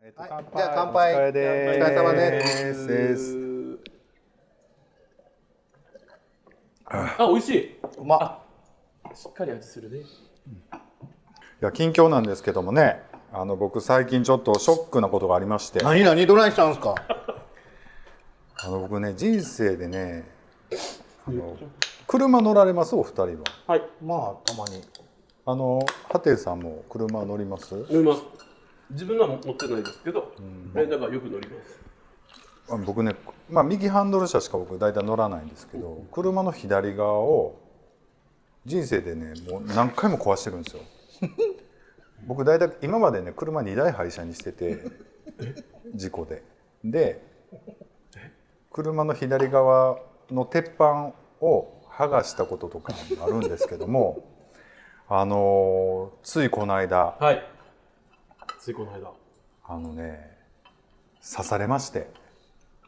えーと乾杯じゃあ乾杯お疲れでお疲れ様すですあ、美味しい。うまっしっかり味するね。いや近況なんですけどもねあの僕最近ちょっとショックなことがありまして何何どないしたんですかあの僕ね人生でねあの車乗られますお二人ははい。まあたまにあのハテさんも車乗ります飲みます。自分のは持ってないですけど、レンタカーよく乗ります。あ僕ね、まあ、右ハンドル車しか僕大体乗らないんですけど車の左側を人生でねもう何回も壊してるん ですよ僕大体今までね車2台廃車にしてて事故でで車の左側の鉄板を剥がしたこととかあるんですけどもあのついこの間はい。ついこの間。刺あのね刺されまして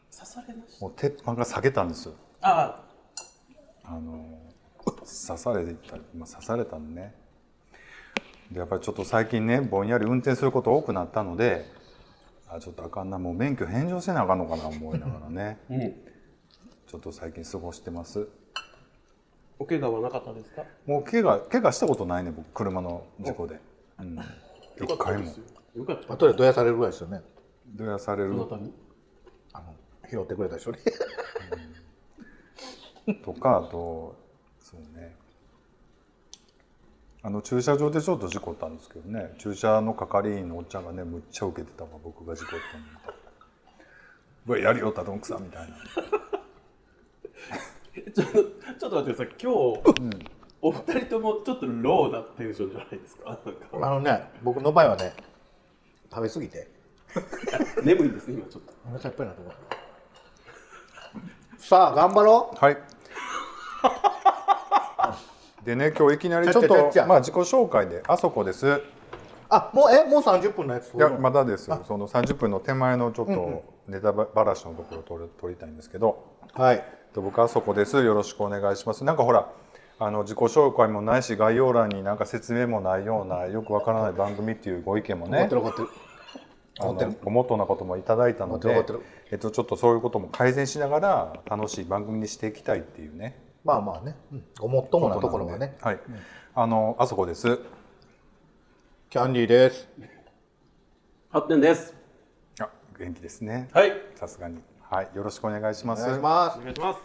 されましもう鉄板が裂けたんですよた。あ、あの刺された、まあ、刺されたんでねでやっぱりちょっと最近ねぼんやり運転すること多くなったのであちょっとあかんなもう免許返上せなあかんのかな思いながらね うん。ちょっと最近過ごしてますお怪我はなかったですか。もう怪我怪我したことないね僕車の事故で、うん、一よか回ったでもすよ。よかった。後でどやされるぐらいですよねどやされるどなたに。あの拾ってくれた 人にとかあとそうねあの駐車場でちょっと事故ったんですけどね駐車の係員のおっちゃんがねむっちゃ受けてたわ僕が事故ったのに「うわやりよったどんくさ」みたいな ちょっと、ちょっと待ってください。今日。お二人ともちょっとローなテンションじゃないですか。なんあかのね僕の場合はね食べ過ぎて 眠いですね、今ちょっと。お腹いっぱいになとこ さあ頑張ろうはい でね今日いきなりちょっちゃっちゃっちゃとまあ自己紹介で「あそこです」あもうえもう30分のやついやまだですよその30分の手前のちょっとネタばらしのところを撮る撮りたいんですけどはいと僕はそこですよろしくお願いしますなんかほらあの自己紹介もないし概要欄になんか説明もないようなよくわからない番組っていうご意見も怒っねてる怒ってるあの怒ってるごもっとなこともいただいたの怒でってる怒ってえっとちょっとそういうことも改善しながら楽しい番組にしていきたいっていうねまあまあね、うん、ごもっともなところはなんねではいあのあそこですキャンディーです発展です。あ元気ですねはい。さすがにはいよろしくお願いしまおす願いしますお願いします。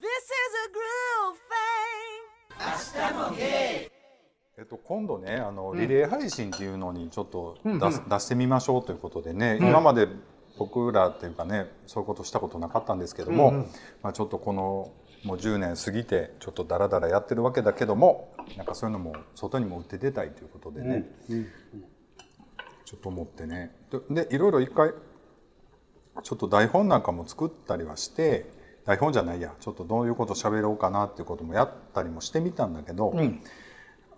This is a groove thing. えっと、今度ねあの、リレー配信っていうのにちょっと出す、出してみましょうということでね、今まで僕らっていうかねそういうことしたことなかったんですけども、まあ、ちょっとこのもう10年過ぎてちょっとダラダラやってるわけだけどもなんかそういうのも外にも売って出たいということでね、ちょっと思ってねででいろいろ一回ちょっと台本なんかも作ったりはして台本じゃないやちょっとどういうこと喋ろうかなっていうこともやったりもしてみたんだけど、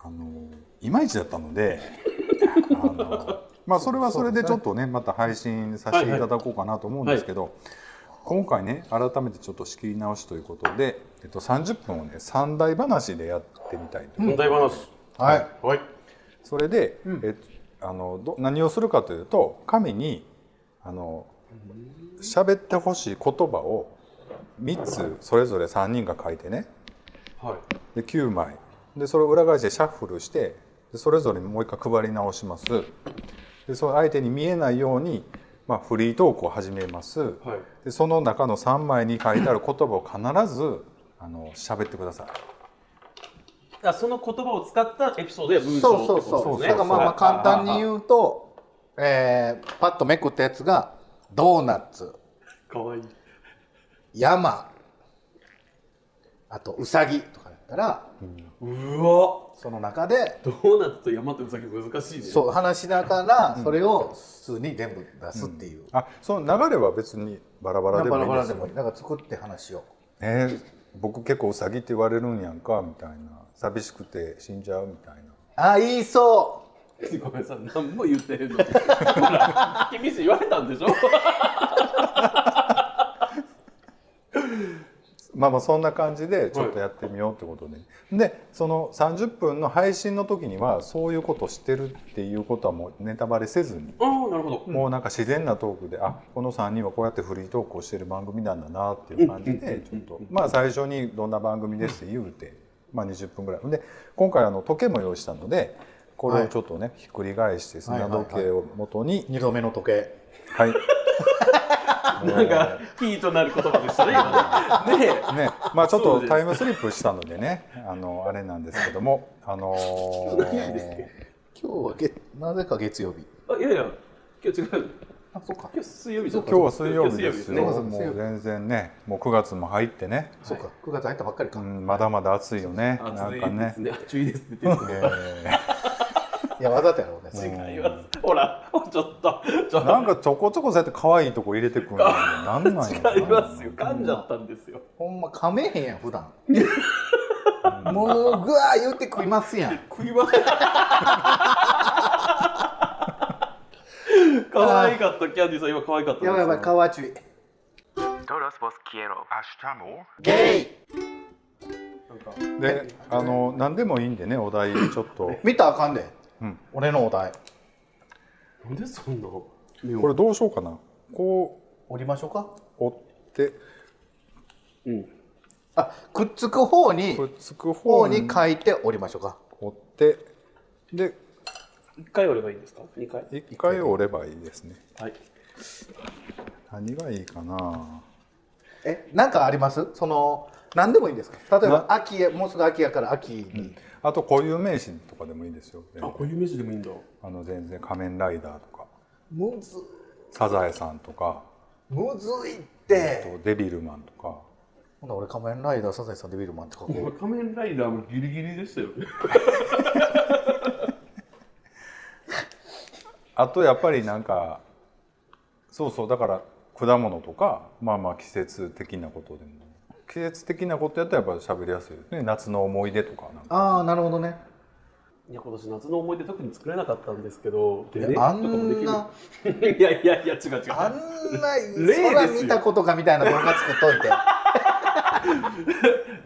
あのいまいちだったのであ の、まあ、それはそれでちょっとねまた配信させていただこうかなと思うんですけど、今回ね改めてちょっと仕切り直しということで、えっと、30分をね三大話でやってみたいという問題話。はいはい。それで、えあのど何をするかというと神にあの喋ってほしい言葉を3つそれぞれ3人が書いてねはい。で9枚でそれを裏返してシャッフルしてでそれぞれもう一回配り直しますでその相手に見えないように、まあ、フリートークを始めます、はい。でその中の3枚に書いてある言葉を必ずあの喋ってくださいあその言葉を使ったエピソードや文章そうってそこうそとうですね。だからまあまあ簡単にう。言うと、えー、パッとめくったやつがドーナツかわいい。山あとウサギとかだったらうわ。その中でドーナツと山とウサギ難しいね。そう話しながらそれを普通に全部出すっていう、あその流れは別にバラバラバでもいラいバでラすでよもいいなんか作って話をえー僕結構ウサギって言われるんやんかみたいな寂しくて死んじゃうみたいなあ言いそごめんなさい、何も言ってへんの。ほら、君氏言われたんでしょ。まああまあそんな感じでちょっとやってみようってことで、でその30分の配信の時にはそういうことしてるっていうことはもうネタバレせずに、ああなるほど、もうなんか自然なトークであこの3人はこうやってフリートークをしてる番組なんだなっていう感じでちょっとまあ最初にどんな番組ですって言うて、まあ、20分ぐらいで今回あの時計も用意したのでこれをちょっとね、ひっくり返して砂時計を元に二度目の時計。はい。なんかキーとなる言葉でしたね今ねねえね、まあちょっそとうですタイムスリップしたのでね、あのあれなんですけども、あのないですけ今日はげなぜか月曜日。あいやいや今日違うあ、そっか。今日水曜日じゃん今日は水曜日ですよ。今日は水曜日ですねもう全然ね、もう9月も入ってね、そっか。九月入ったばっかりうか。んまだまだ暑いよね。あなん暑かいでねす。ね暑いですねって言ってえいやわざとやろうね。ー違います ほらちょっとちょっとなんかちょこちょこそうやって可愛いとこ入れてくるのになんなんやろな違いますよ噛んじゃったんですよほんま噛めへんやん普 段。もうぐわー言って食いますやん。食いません可愛かったキャンディーさん今可愛かったですやばいやばい川中。 Todos vos quiero. ゲイ。なんかで、あの何でもいいんでね、お題ちょっと。見たらあかんで。うん俺のお題。なんでそんな目こをれどうしようかな。こ折りましょうか。う折ってうんあ、くっつく方にくっつく方方にに書いて折りましょうか。折ってで一回折ればいいんですか二回一回折ればいいですね。はい何がいいかな。え、なんかあります？その何でもいいんですか。例えばな秋へもうすぐ秋やから秋に。あと固有名詞とかでもいいですよ。あこういう名詞でもいいんだあの全然仮面ライダーとかむずサザエさんとか、むずいっあて。とデビルマンとか。ほな俺仮面ライダーサザエさんデビルマンって書こう。今仮面ライダーもギリギリでしたよあとやっぱりなんかそうそうだから果物とかまあまあ季節的なことでも季節的なことやったらやっぱ喋りやすいですね夏の思い出とかなんかああ、なるほどね。いや今年夏の思い出特に作れなかったんですけどでいやあんなできるいやいやいや違う違うあんな例空ですよ見たことかみたいな動画作っといて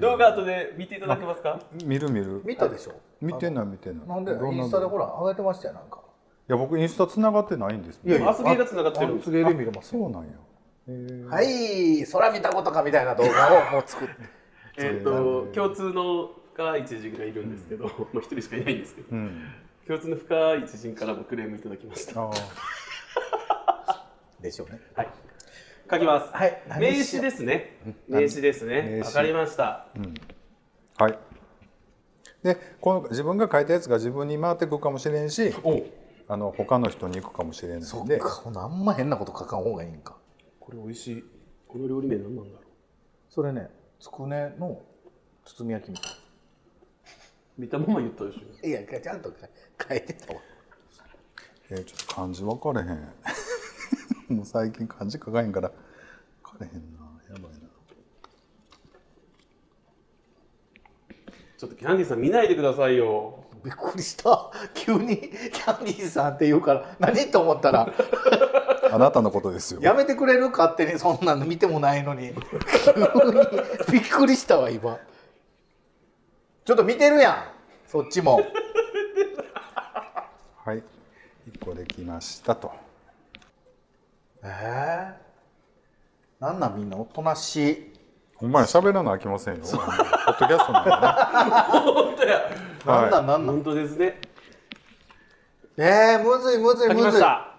動画後で見ていただけますか見る見る見たでしょ見てない見てないなんでどインスタでほら上げてましたよなんかいや僕インスタ繋がってないんですやいやアスゲーが繋がってるんですげえ見れますそうなんやへーはい空見たことかみたいな動画をもう作ってえっ、と共通の深い知人がいるんですけど、まあ一人しかいないんですけどうん共通の深い知人からもクレームいただきましたあでしょうねはい書きます、はい何名し詞ようですね名詞ですね名詞わかりましたーはいでこの自分が書いたやつが自分に回ってくるかもしれんしおあの他の人に行くかもしれないんでそっかほなあんま変なこと書かん方がいいんかこれ美味しいこの料理名何なんだろそれねつくねの包み焼きみたいう見たまま言ったでしょないやちゃんと書いてたわえーちょっと漢字分かれへん もう最近漢字書かへんから分かれへんなやばいなちょっとキャンディーさん見ないでくださいよびっくりした急にキャンディーさんって言うから何と思った らあなたのことですよやめてくれる勝手にそんなの見てもないのに急にびっくりしたわ今ちょっと見てるやんそっちもはい1個できましたと ええなんなんみんなおとなしいほんまに喋らなあきませんよあのポッドキャストなんでね本当やなんなんはなんなん、本当ですねえー、むずいむずい書きむまずしいた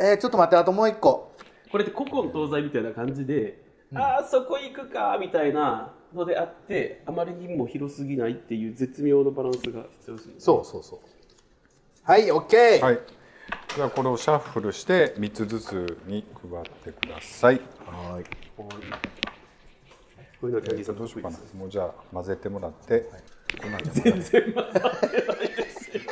えー、ちょっと待ってあともう一個これって古今東西みたいな感じで、ああそこ行くかみたいなのであってあまりにも広すぎないっていう絶妙のバランスが必要ですねそうそうそうはいオッケー、い、はい、じゃあこれをシャッフルして3つずつに配ってくださいはいこういうのキャンディーじさゃんあど得うしよう意かでなすもうじゃあ混ぜてもらって、全然混ざってないですよ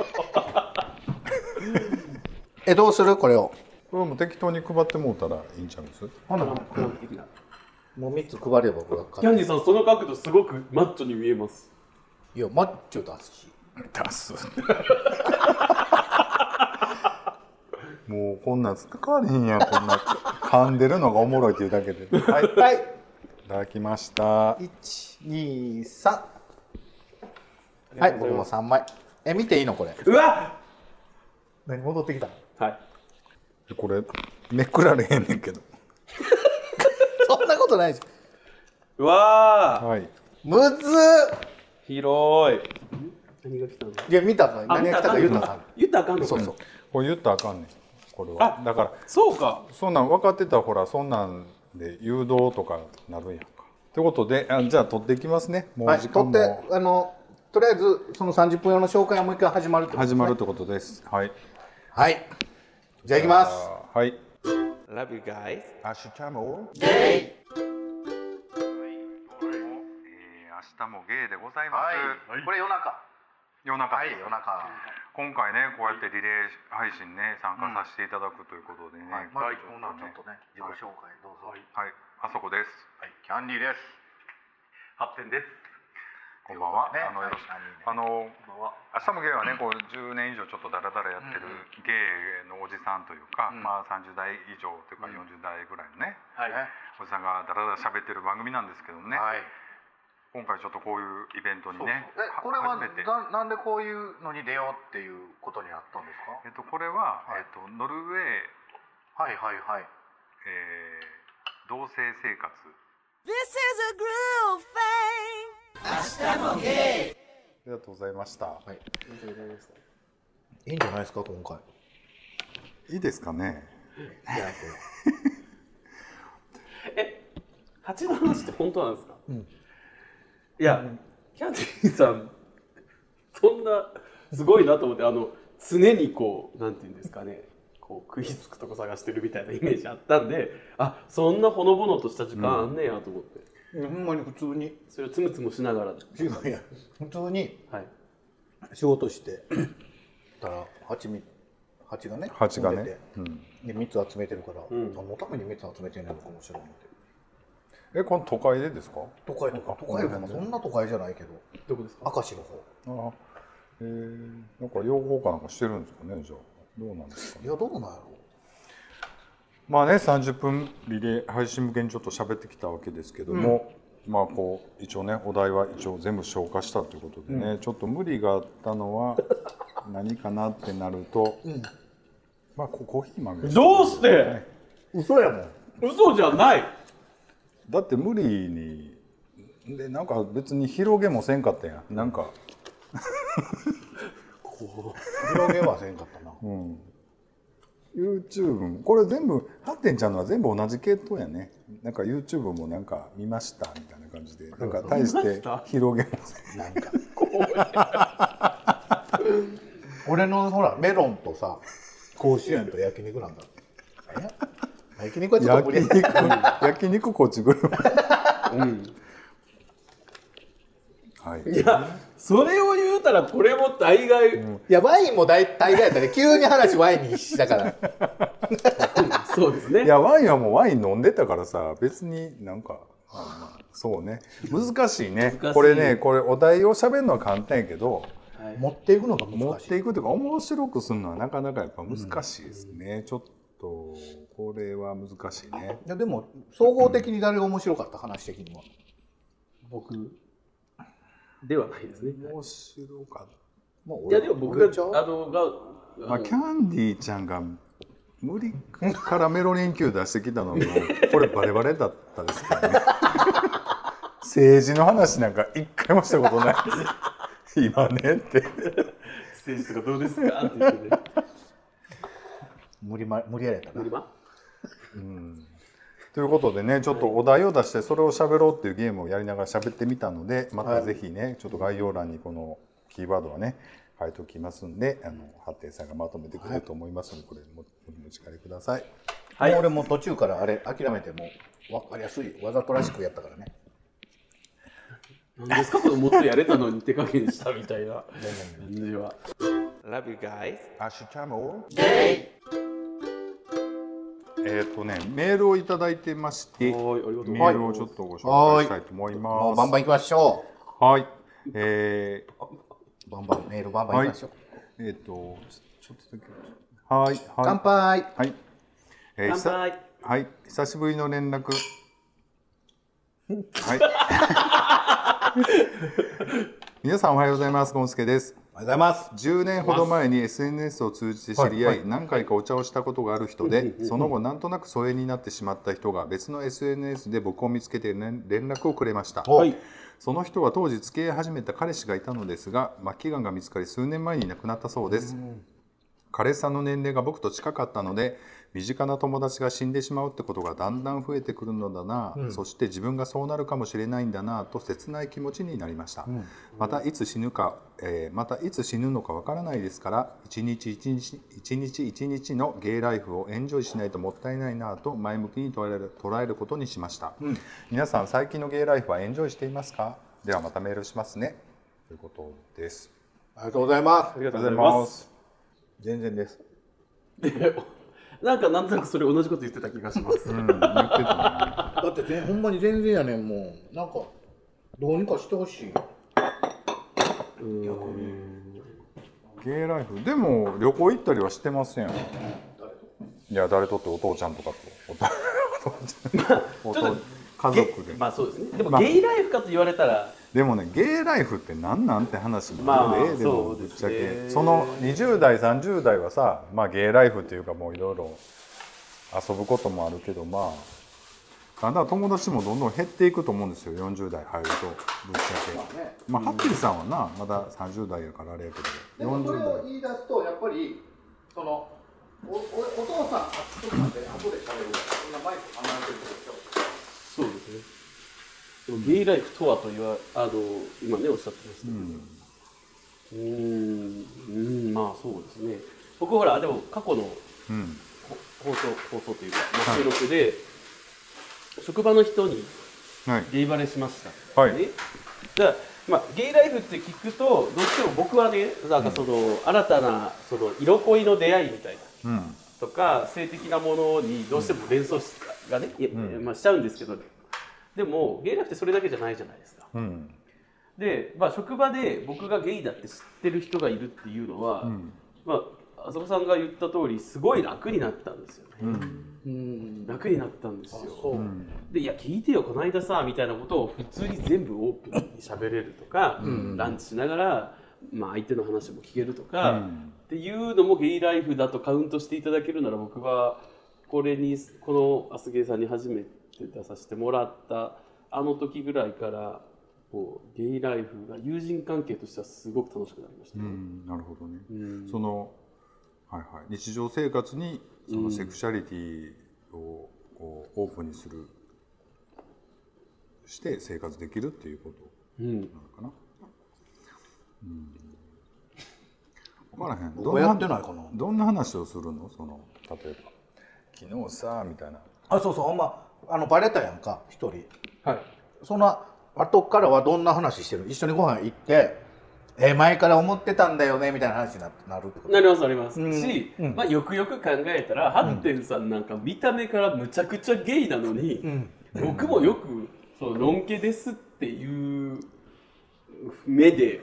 えどうするこれをこれも適当に配ってもうたらいいんちゃうんですほなもクランプ的なう3つ配れば僕がキ勝ャン手ディーさんその角度すごくマッチョに見えますいやマッチョだし出すもうこんなん使われへんやんこんな噛んでるのがおもろいっていうだけではいはいただきました。 123はい僕も3枚え見ていいのこれうわ何戻ってきたはい。これめくられへんねんけど。そんなことないですうわはい。むずっー広い。何が来たのいや見たか何が来たか言うたらあかん言ったらあかんのそうそうこれ言ったらあかんねん。これはあ。だからそう か。そんなん分かってたらほらそんなんで誘導とかなるやんか。ということであじゃあ取っていきますね。もはうい時取間っも。てあのとりあえずその30分用の紹介はもう一回始まるってことです始ねまるってことです。はい。はいじゃあいきますあーはい。 Love you guys. 明日もゲイ。明日もゲイでございます。これ夜中夜中。はい夜中今回ねこうやってリレー配信ね参加させていただくということでね。はい、まずコーナーちょっとね、自己紹介どうぞ。はい、あそこです。キャンディーです。発展です。こんばんは。というあの、ことでねよろしくはいあの、こんばんは。明日もゲイはね、こう10年以上ちょっとダラダラやってるゲイのおじさんというか、まあ30代以上というか40代ぐらいのね、はい。おじさんがダラダラ喋ってる番組なんですけどもね、はい。今回ちょっとこういうイベントにそうそうね、え、これは初めて。ななんでこういうのに出ようっていうことになったんですえっとこれは、はいえっとノルウェー、か。はいはいはい。えー同性生活 This is a groove thing. ありがとうございました。はい。いいんじゃないですか今回。いいですかね。いや蜂の話って本当なんですか、いや、キャンディーさんそんなすごいなと思ってあの常にこうなんていうんですかねこう食いつくとこ探してるみたいなイメージあったんであそんなほのぼのとした時間あんねやと思って、これ。ほんまに普通に。それをつむつむしながら違うやん。普通にはい仕事して。たら蜂蜜蜂がね。蜂が飛んでねて。うん、で蜜集めてるから、ん何のために蜜集めてんのかもしれないって。えこの都会でですか？都会とか都会とかそんな都会じゃないけど、どこですか明石の方。ああ、えー、なんか養蜂かなんかしてるんですかね、じゃあ。どうなんですかいね。やどうなんやろまあね、30分リレー配信向けにちょっと喋ってきたわけですけども、まあこう一応ねお題は一応全部消化したということでね、ちょっと無理があったのは何かなってなると、まあこうコーヒー豆ですどうしてう。嘘やもん。嘘じゃないだって無理にでなんか別に広げもせんかったやんなんか広げはせんかったな。 YouTube もこれ全部ハッテンちゃんのは全部同じ系統やねなんか YouTube もなんか見ましたみたいな感じでなんか大し見まてした広げまなんか 俺のほらメロンとさ甲子園と焼肉なんだえ焼肉はちょっと無理焼肉焼肉こっちぐらいはいいやそれを言うたらこれも大概、いやワインも大大概だね急に話ワインにしたからそうですねいやワインはもうワイン飲んでたからさ別になんかあまあそうね難しいね難しいこれねこれお題を喋るのは簡単やけどは い持っていくのが持っ難しいていくというか面白くするのはなかなかやっぱ難しいですね、ちょっとこれは難しいねいやでも総合的に誰が面白かった話的には僕ではないですね面白かったもうい俺やでも僕が俺ちゃうあのが、まあ、キャンディーちゃんが無理からメロリン級出してきたのもこれバレバレだったですけどね 政治の話なんか一回もしたことない今ねってステージとかどうですかって言ってね。無理ま無理やりやったな今ということでねちょっとお題を出してそれを喋ろうっていうゲームをやりながら喋ってみたのでまたぜひねちょっと概要欄にこのキーワードはね書いておきますんであの発展さんがまとめてくれると思いますのでこれもお持ち帰りください。もう俺も途中からあれ諦めてもう分かりやすいわざとらしくやったからね何ですかこのもっとやれたのに手加減したみたいな感じは。Love you guys。明日もえっ、とねメールをいただいてましてメはいありがとうございますールをちょっとご紹介したいと思いもまうす。バンバン行きましょはい。えーうバンバンメールバンバン行きましょう、えっ、とちょっとだけはいはい乾杯はい。えー乾杯久はい久しぶりの連絡はい。 皆さんおはようございます。ゴンスケです。おはようございます。 10年ほど前に SNS を通じて知り合い何回かお茶をしたことがある人でその後なんとなく疎遠になってしまった人が別の SNS で僕を見つけて連連絡をくれましたはい。その人は当時付き合い始めた彼氏がいたのですが末期がんが見つかり数年前に亡くなったそうです彼氏さんの年齢が僕と近かったので身近な友達が死んでしまうってことがだんだん増えてくるのだな、そして自分がそうなるかもしれないんだなと切ない気持ちになりました、またいつ死ぬか、えーまたいつ死ぬのかわからないですから一日一日一日一日のゲイライフをエンジョイしないともったいないなと前向きに捉える捉えることにしました、皆さん最近のゲイライフはエンジョイしていますかではまたメールしますねということですありがとうございまあす。りがとうございます。全然です。なんかなんとなくそれ同じこと言ってた気がします。うん言ってたねだってぜんほんまに全然やねんもうなんかどうにかしてほしい。ゲイライフでも旅行行ったりはしてませんいや誰とってお父ちゃんとかとお父お父ちゃんお父家族で、まあそうですね。でまもあゲイライフかと言われたら、でもねゲイライフって何なんて話もまああるで、でもそうぶっでちすゃねけその20代30代はさまあゲイライフっていうかもういろいろ遊ぶこともあるけどまあだんだん友達もどんどん減っていくと思うんですよ40代入るとぶっちゃけまあはっきりさんはなまだ30代やからあれやけでどもそれを40代言い出すとやっぱりそのおおお父さんあちょっと待って後で喋るから今マイク離れてるけどそうですね。でもゲイライフとはと言わあの今ねおっしゃってましたけど、うーん、うーん、まあそうですね。僕ほらでも過去のうんほ放送放送というか、まあ、収録で、職場の人にはいゲイバレしました。はいねだからまあ、ゲイライフって聞くとどうしても僕はねなんかその、新たなその色恋の出会いみたいなうんとか性的なものにどうしても連想し,、がね、いやんまあ、しちゃうんですけどでもゲイライフってそれだけじゃないじゃないですか。うんで、まあ、職場で僕がゲイだって知ってる人がいるっていうのは、んまああそこさんが言った通りすごい楽になったんですよね、うん楽になったんですよそう、で「いや聞いてよこの間さ」みたいなことを普通に全部オープンに喋れるとか、ランチしながら、まあ、相手の話も聞けるとか、んっていうのもゲイライフだとカウントしていただけるなら僕はこれにこのアスゲイさんに初めて出させてもらったあの時ぐらいからこうゲイライフが友人関係としてはすごく楽しくなりましたうね、ん、なるほどね、うんその、はいはい、日常生活にそのセクシャリティをこうオープンにするして生活できるっていうことうんなのかな、うん、分からへん僕はやってないかなどんな話をするのその例えば「昨日さ」みたいなあそうそうほんまあのバレたやんか一人はいその後からはどんな話してる一緒にご飯行ってえー前から思ってたんだよねみたいな話にななるってことなりますなります、うんし、うんまあ、よくよく考えたら、ハッテンさんなんか見た目からむちゃくちゃゲイなのに、ん僕もよくそうロン毛ですっていう目で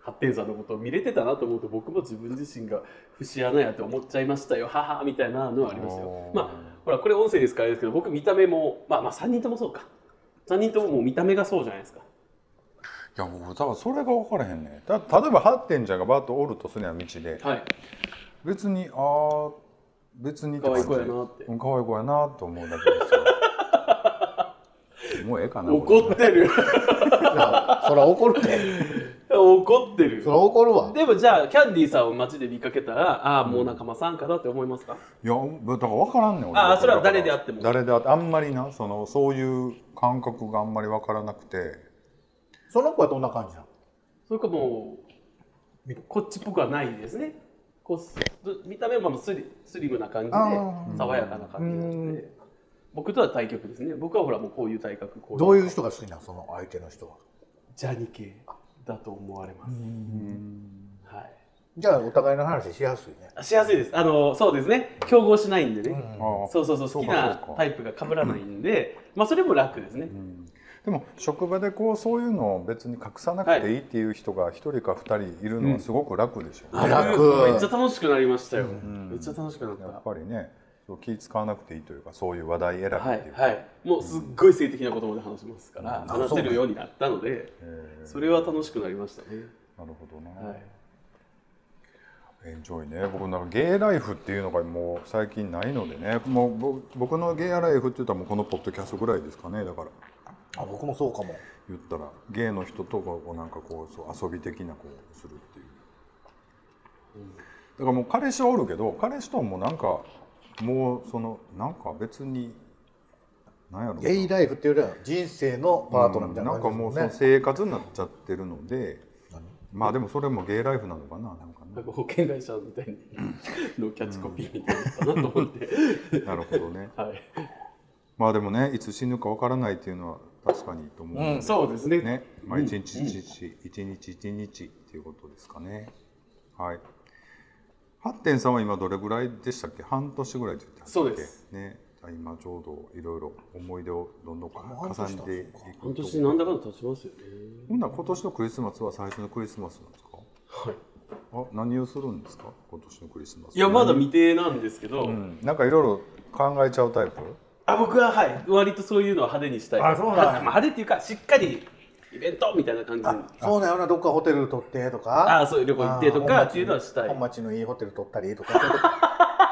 ハッテンさんのことを見れてたなと思うと僕も自分自身が節穴やと思っちゃいましたよははみたいなのはありますよおーまあほらこれ音声ですからあれですけど僕見た目も、まあ、まあ3人ともそうか3人とももう見た目がそうじゃないですかいやもうだからそれが分からへんねた例えばハッテンジャーがバッとおるとするやん道ではい別にあー別にって感じ可愛い子やなってうん可愛い子やなと思うだけですよもうええかな怒ってるそりゃ怒るって怒ってるそりゃ怒るわでもじゃあキャンディーさんを街で見かけたらああもう仲間さんかなって思いますいか、やだから分からんねん俺あーそれは誰であっても誰であってあんまりなそのそういう感覚があんまり分からなくてその子はどんな感じなのそれかもうこっちっぽくはないですねこうす見た目はもうスリスリムな感じであ爽やかな感じなので僕とは対極ですね僕はほらもうこういう体格こういうどういう人が好きなのその相手の人はジャニ系だと思われますはいじゃあお互いの話しやすいねあしやすいですあのそうですね競合しないんでね、あーそうそうそう好きなそうかそうかタイプが被らないんで、まあそれも楽ですね、でも職場でこうそういうのを別に隠さなくていいっていう人が一人か二人いるのはすごく楽でしょうね、楽めっちゃ楽しくなりましたよ、めっちゃ楽しくなっやったぱりねそと気使わなくていいというかそういう話題選びってはいいうか、はいもうすっごい性的なことまで話しますから、あそうなん話せるようになったのでえーそれは楽しくなりましたね、なるほどな、はい、エンジョイね僕なんかゲイライフっていうのがもう最近ないのでねもうぼ僕のゲイライフって言ったらもうこのポッドキャストぐらいですかねだからあ僕もそうかも言ったらゲイの人とこうこうなんかこうそう遊び的なこうするっていう、だからもう彼氏はおるけど彼氏ともなんかもうそのなんか別になんやろうなゲイライフっていうよりは人生のパートナーみたいなうんなんかもうそ感のじです生活になっちゃってるのでまあでもそれもゲイライフなのかななんか なんねか保険会社みたいにのキャッチコピーみたいなのかなと思って、なるほどねはい、まあでもねいつ死ぬかわからないっていうのは確かにいいと思うので、そうですねね、まあ、一日一日、一日一日っていうことですかね。はい。八点三は今どれぐらいでしたっけ？半年ぐらいって言ってましたっけそうです。ね、今ちょうどいろいろ思い出をどんどもんう半重年経つねのかていくと。半年なんだかんだ経ちますよねほんなら今年のクリスマスは最初のクリスマスなんですか？はいあ、何をするんですか？今年のクリスマス。いやまだ何未定なんですけど、うん、なんかいろいろ考えちゃうタイプ？あ僕ははい割とそういうのは派手にしたいあそうなんやまあ派手っていうかしっかりイベントみたいな感じにねそうだよなどっかホテル取ってとかああそういう旅行行ってとかっていうのはしたい本町のいいホテル取ったりと か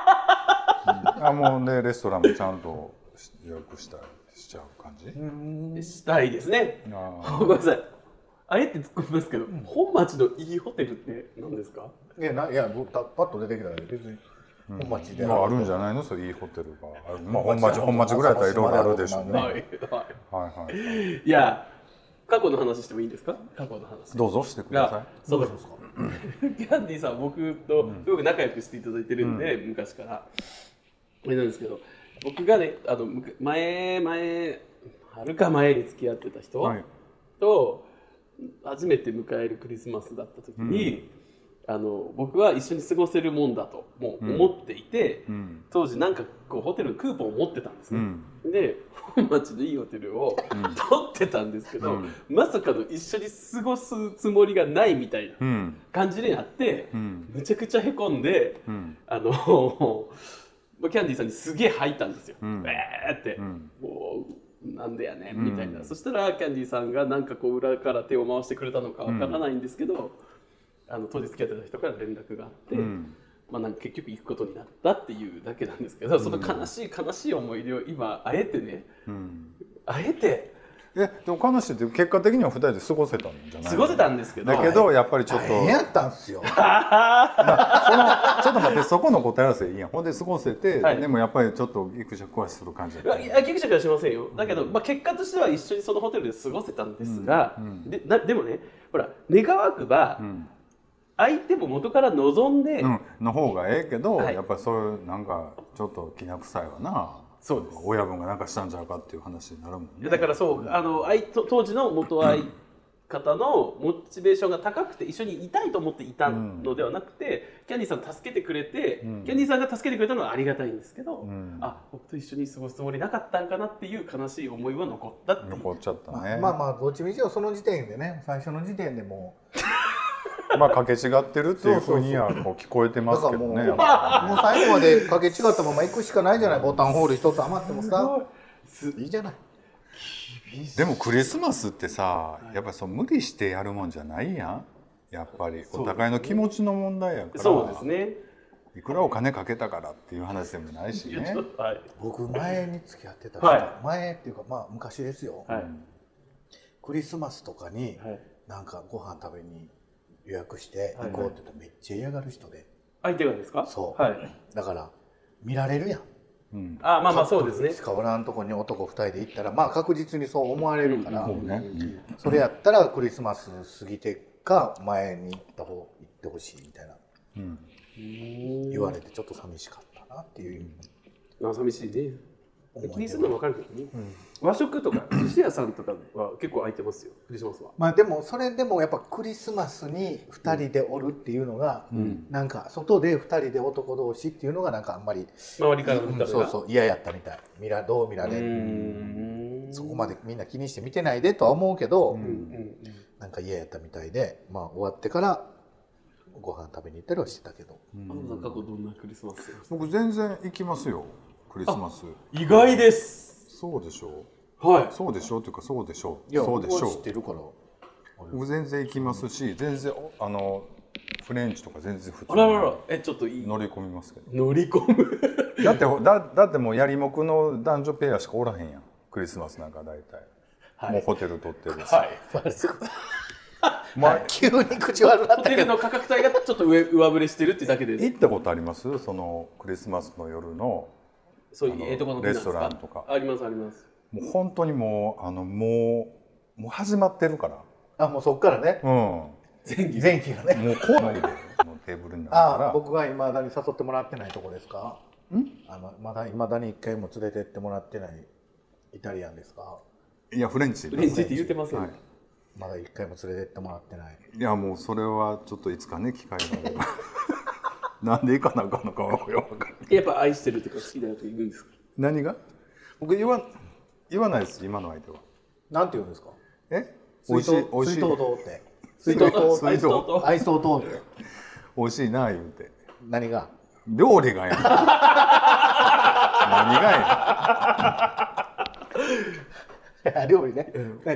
あ、もうねレストランもちゃんと予約したりしちゃう感じ？したいですねあーごめんなさいあえて突っ込みますけど、本町のいいホテルって何ですかいやないやぼたパッと出てきたら別に本町でまあ、あるんじゃないのそういいホテルがある、まあ、本町本町ぐらいだったらいろいろあるでしょうね、ははいい、いはい、い、や過去の話してもいいですか過去の話どうぞしてくださがいそどうのしますか キャンディーさん僕とすごく仲良くしていただいてるんで、昔からあれなんですけど僕がねあのむか前前はるか前に付き合ってた人はいと初めて迎えるクリスマスだった時に、あの僕は一緒に過ごせるもんだともう思っていて、うん当時なんかこうホテルのクーポンを持ってたんですうね、んで本町のいいホテルを取ってたんですけど、うんまさかの一緒に過ごすつもりがないみたいなうん感じになって、うんむちゃくちゃへこんでうんあのまあキャンディーさんにすげえ吐いたんですよ、んえーって、んもうなんでやねんみたいな、そしたらキャンディーさんがなんかこう裏から手を回してくれたのかわからないんですけど、あの当時付き合ってた人から連絡があって、うんまあ、なんか結局行くことになったっていうだけなんですけど、その悲しい悲しい思い出を今あえてねうんあえてえでも彼氏って結果的には二人で過ごせたんじゃない過ごせたんですけどだけどやっぱりちょっと大変やったんすよちょっと待ってそこの答え合わせいいやんほんで過ごせて、はいでもやっぱりちょっとぎくしゃくはする感じだっいたやいやギクシャクはしませんよだけど、まあ、結果としては一緒にそのホテルで過ごせたんですが、でなでもねほら願わくば、ん相手も元から望んで、うん、の方がええけど、はいやっぱりそういうなんかちょっときな臭いわなそうです親分がなんかしたんじゃうかっていう話になるもんいやだからそうあの相と当時の元相方のモチベーションが高くて一緒にいたいと思っていたのではなくて、キャンディーさん助けてくれて、キャンディーさんが助けてくれたのはありがたいんですけど、んあ僕と一緒に過ごすつもりなかったんかなっていう悲しい思いは残ったっていう残っちゃったまあね、まあまあどっちみちはその時点でね最初の時点でもまあ掛け違ってるっていうふうにはこう聞こえてますけどね。だうもう最後までかけ違ったまま行くしかないじゃないボタンホール一つ余ってもさいいじゃないでもクリスマスってさ、やっぱりそう無理してやるもんじゃないやん。やっぱりお互いの気持ちの問題やから。そうですねいくらお金かけたからっていう話でもないしね。はい僕前に付き合ってた人、はい前っていうかまあ昔ですよ、はい、クリスマスとかにはい、なんかご飯食べに予約しては行いこうって言ったらめっちゃ嫌がる人で相手がですかそうはいだから見られるやんうん。あまあまあそうですねしかおらんとこに男2人で行ったらまあ確実にそう思われるから、そうね。それやったらクリスマス過ぎてか前に行った方行ってほしいみたいなうん。言われてちょっと寂しかったなっていう、あ寂しいね思い出は気にするのも分かるけどね、和食とか寿司屋さんとかは結構空いてますよクリスマスはまあでもそれでもやっぱクリスマスに2人でおるっていうのが、なんか外で2人で男同士っていうのがなんかあんまり、周りから見たうらんそうそう嫌やったみたい見らどう見らうれるんそこまでみんな気にして見てないでとは思うけど、うんうんなんか嫌やったみたいでまあ終わってからご飯食べに行ったりはしてたけどうん、あなた過去どんなクリスマス僕全然行きますよ。クリスマス意外ですそうでしょはうそうでしょうというかそうでしょういやそうでし僕はょ知ってるからう僕全然行きますし全然おあのフレンチとか全然普通あにらららえちょっといい乗り込みますけど乗り込むだってほだだってもうやりもくの男女ペアしかおらへんやんクリスマスなんか大体、はいもうホテル取ってるし、はいまあ 急に口悪なったホテけルどの価格帯がちょっと上上振れしてるってだけで行ったことありますそのクリスマスの夜のそうあいうのええとこの国なんですレストランとかありますありますもう本当にもうあのもうもう始まってるからあもうそっからねうんも前期前期がねう怖いでもうテーブルになるああから僕がいまだに誘ってもらってないとこですかあのまだいまだに一回も連れてってもらってないイタリアンですかいやフレンチフレンチって言うてません、はいまだ一回も連れてってもらってないいやもうそれはちょっといつかね機会があれば なんで行かなあかんのかはよくわからんやっぱ愛してるとか好きだよと言うんですか何が僕言わ言わないです今の相手はなんて言うんですかえ美水味し筒い美味水筒しいどうって水筒筒とと愛してると愛想どうって美味しいなあ言うて何が料理がやん 何がやんいや 料理ね、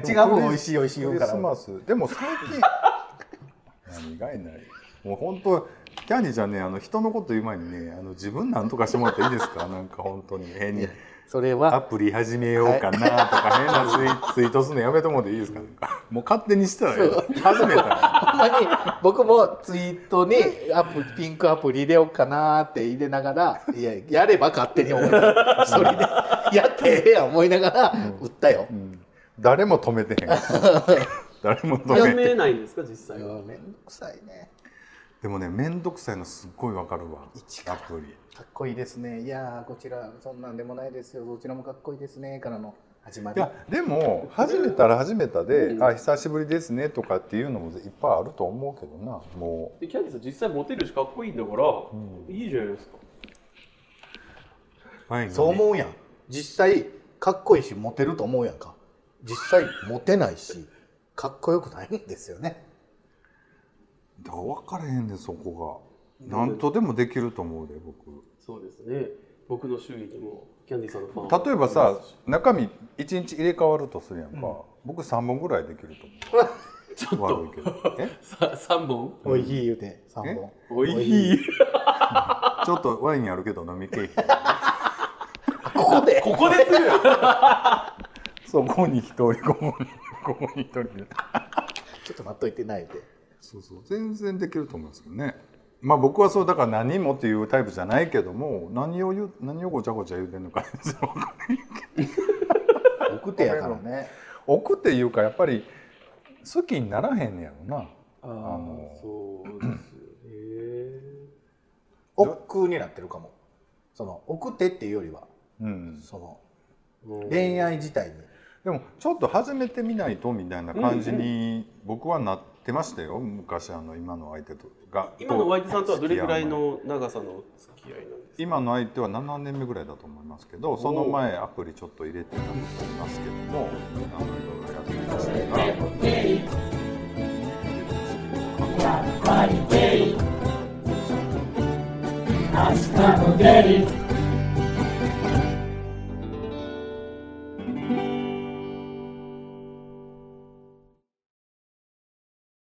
違うもん美味しい美味しいク言うリかスらマスでも最近 何がいないもう本当キャンディーちゃんねあの人のこと言う前にねあの自分なんとかしてもらっていいですかなんか本当に変にそれアはプリ始めようかなとか変なツイ,、ツイートするのやめてもらっていい ですかなんかもう勝手にしたらよ始めた らほんまに僕もツイートにアプピンクアプリ入れようかなーって入れながらいややれば勝手に思うそれで やってええやん思いながら売ったよ、誰も止め てへん誰も止やめてめないんですか実際はめんどくさいねでもね面倒くさいのすっごいわかるわアプリかっこいいですねいやーこちらそんなんでもないですよどちらもかっこいいですねからの始まいりやでも始めたら始めたで「あ久しぶりですね」とかっていうのもいっぱいあると思うけどなもうでキャンディーさん実際モテるしかっこいいんだから、いいじゃないですかはいそう思うやん実際かっこいいしモテると思うやんか実際モテない しかっこよくないんですよねだから分からへんねんそこが何とでもできると思うで僕そうですね僕の周囲にもキャンディーさんのファン例えばさ中身1日入れ替わるとするやんか、僕3本ぐらいできる ちとょっ思う悪といけどえさ三本おいひい言うて3本おいいひい ちょっとワインあるけど飲みけえへんここでここでするそこに1人ここにここに1人ちょっと待っといてないでそうそう全然できると思いますけどねまあ僕はそうだから何もっていうタイプじゃないけども何を言う何をごちゃごちゃ言うてんのか 全然わかんない奥手やからね奥っていうかやっぱり好きにならへんねやろなあのーそうです奥になってるかもその奥手っていうよりはうんそのね恋愛自体にでもちょっと始めてみないとみたいな感じに僕はなってましたよ昔あの今の相手とが今のワイ手さんとはどれぐらいの長さの付き合いなんですか今の相手は7年目ぐらいだと思いますけどその前アプリちょっと入れてたと思いますけどもあのいろいろやってましたから。 Hasta spaghetti.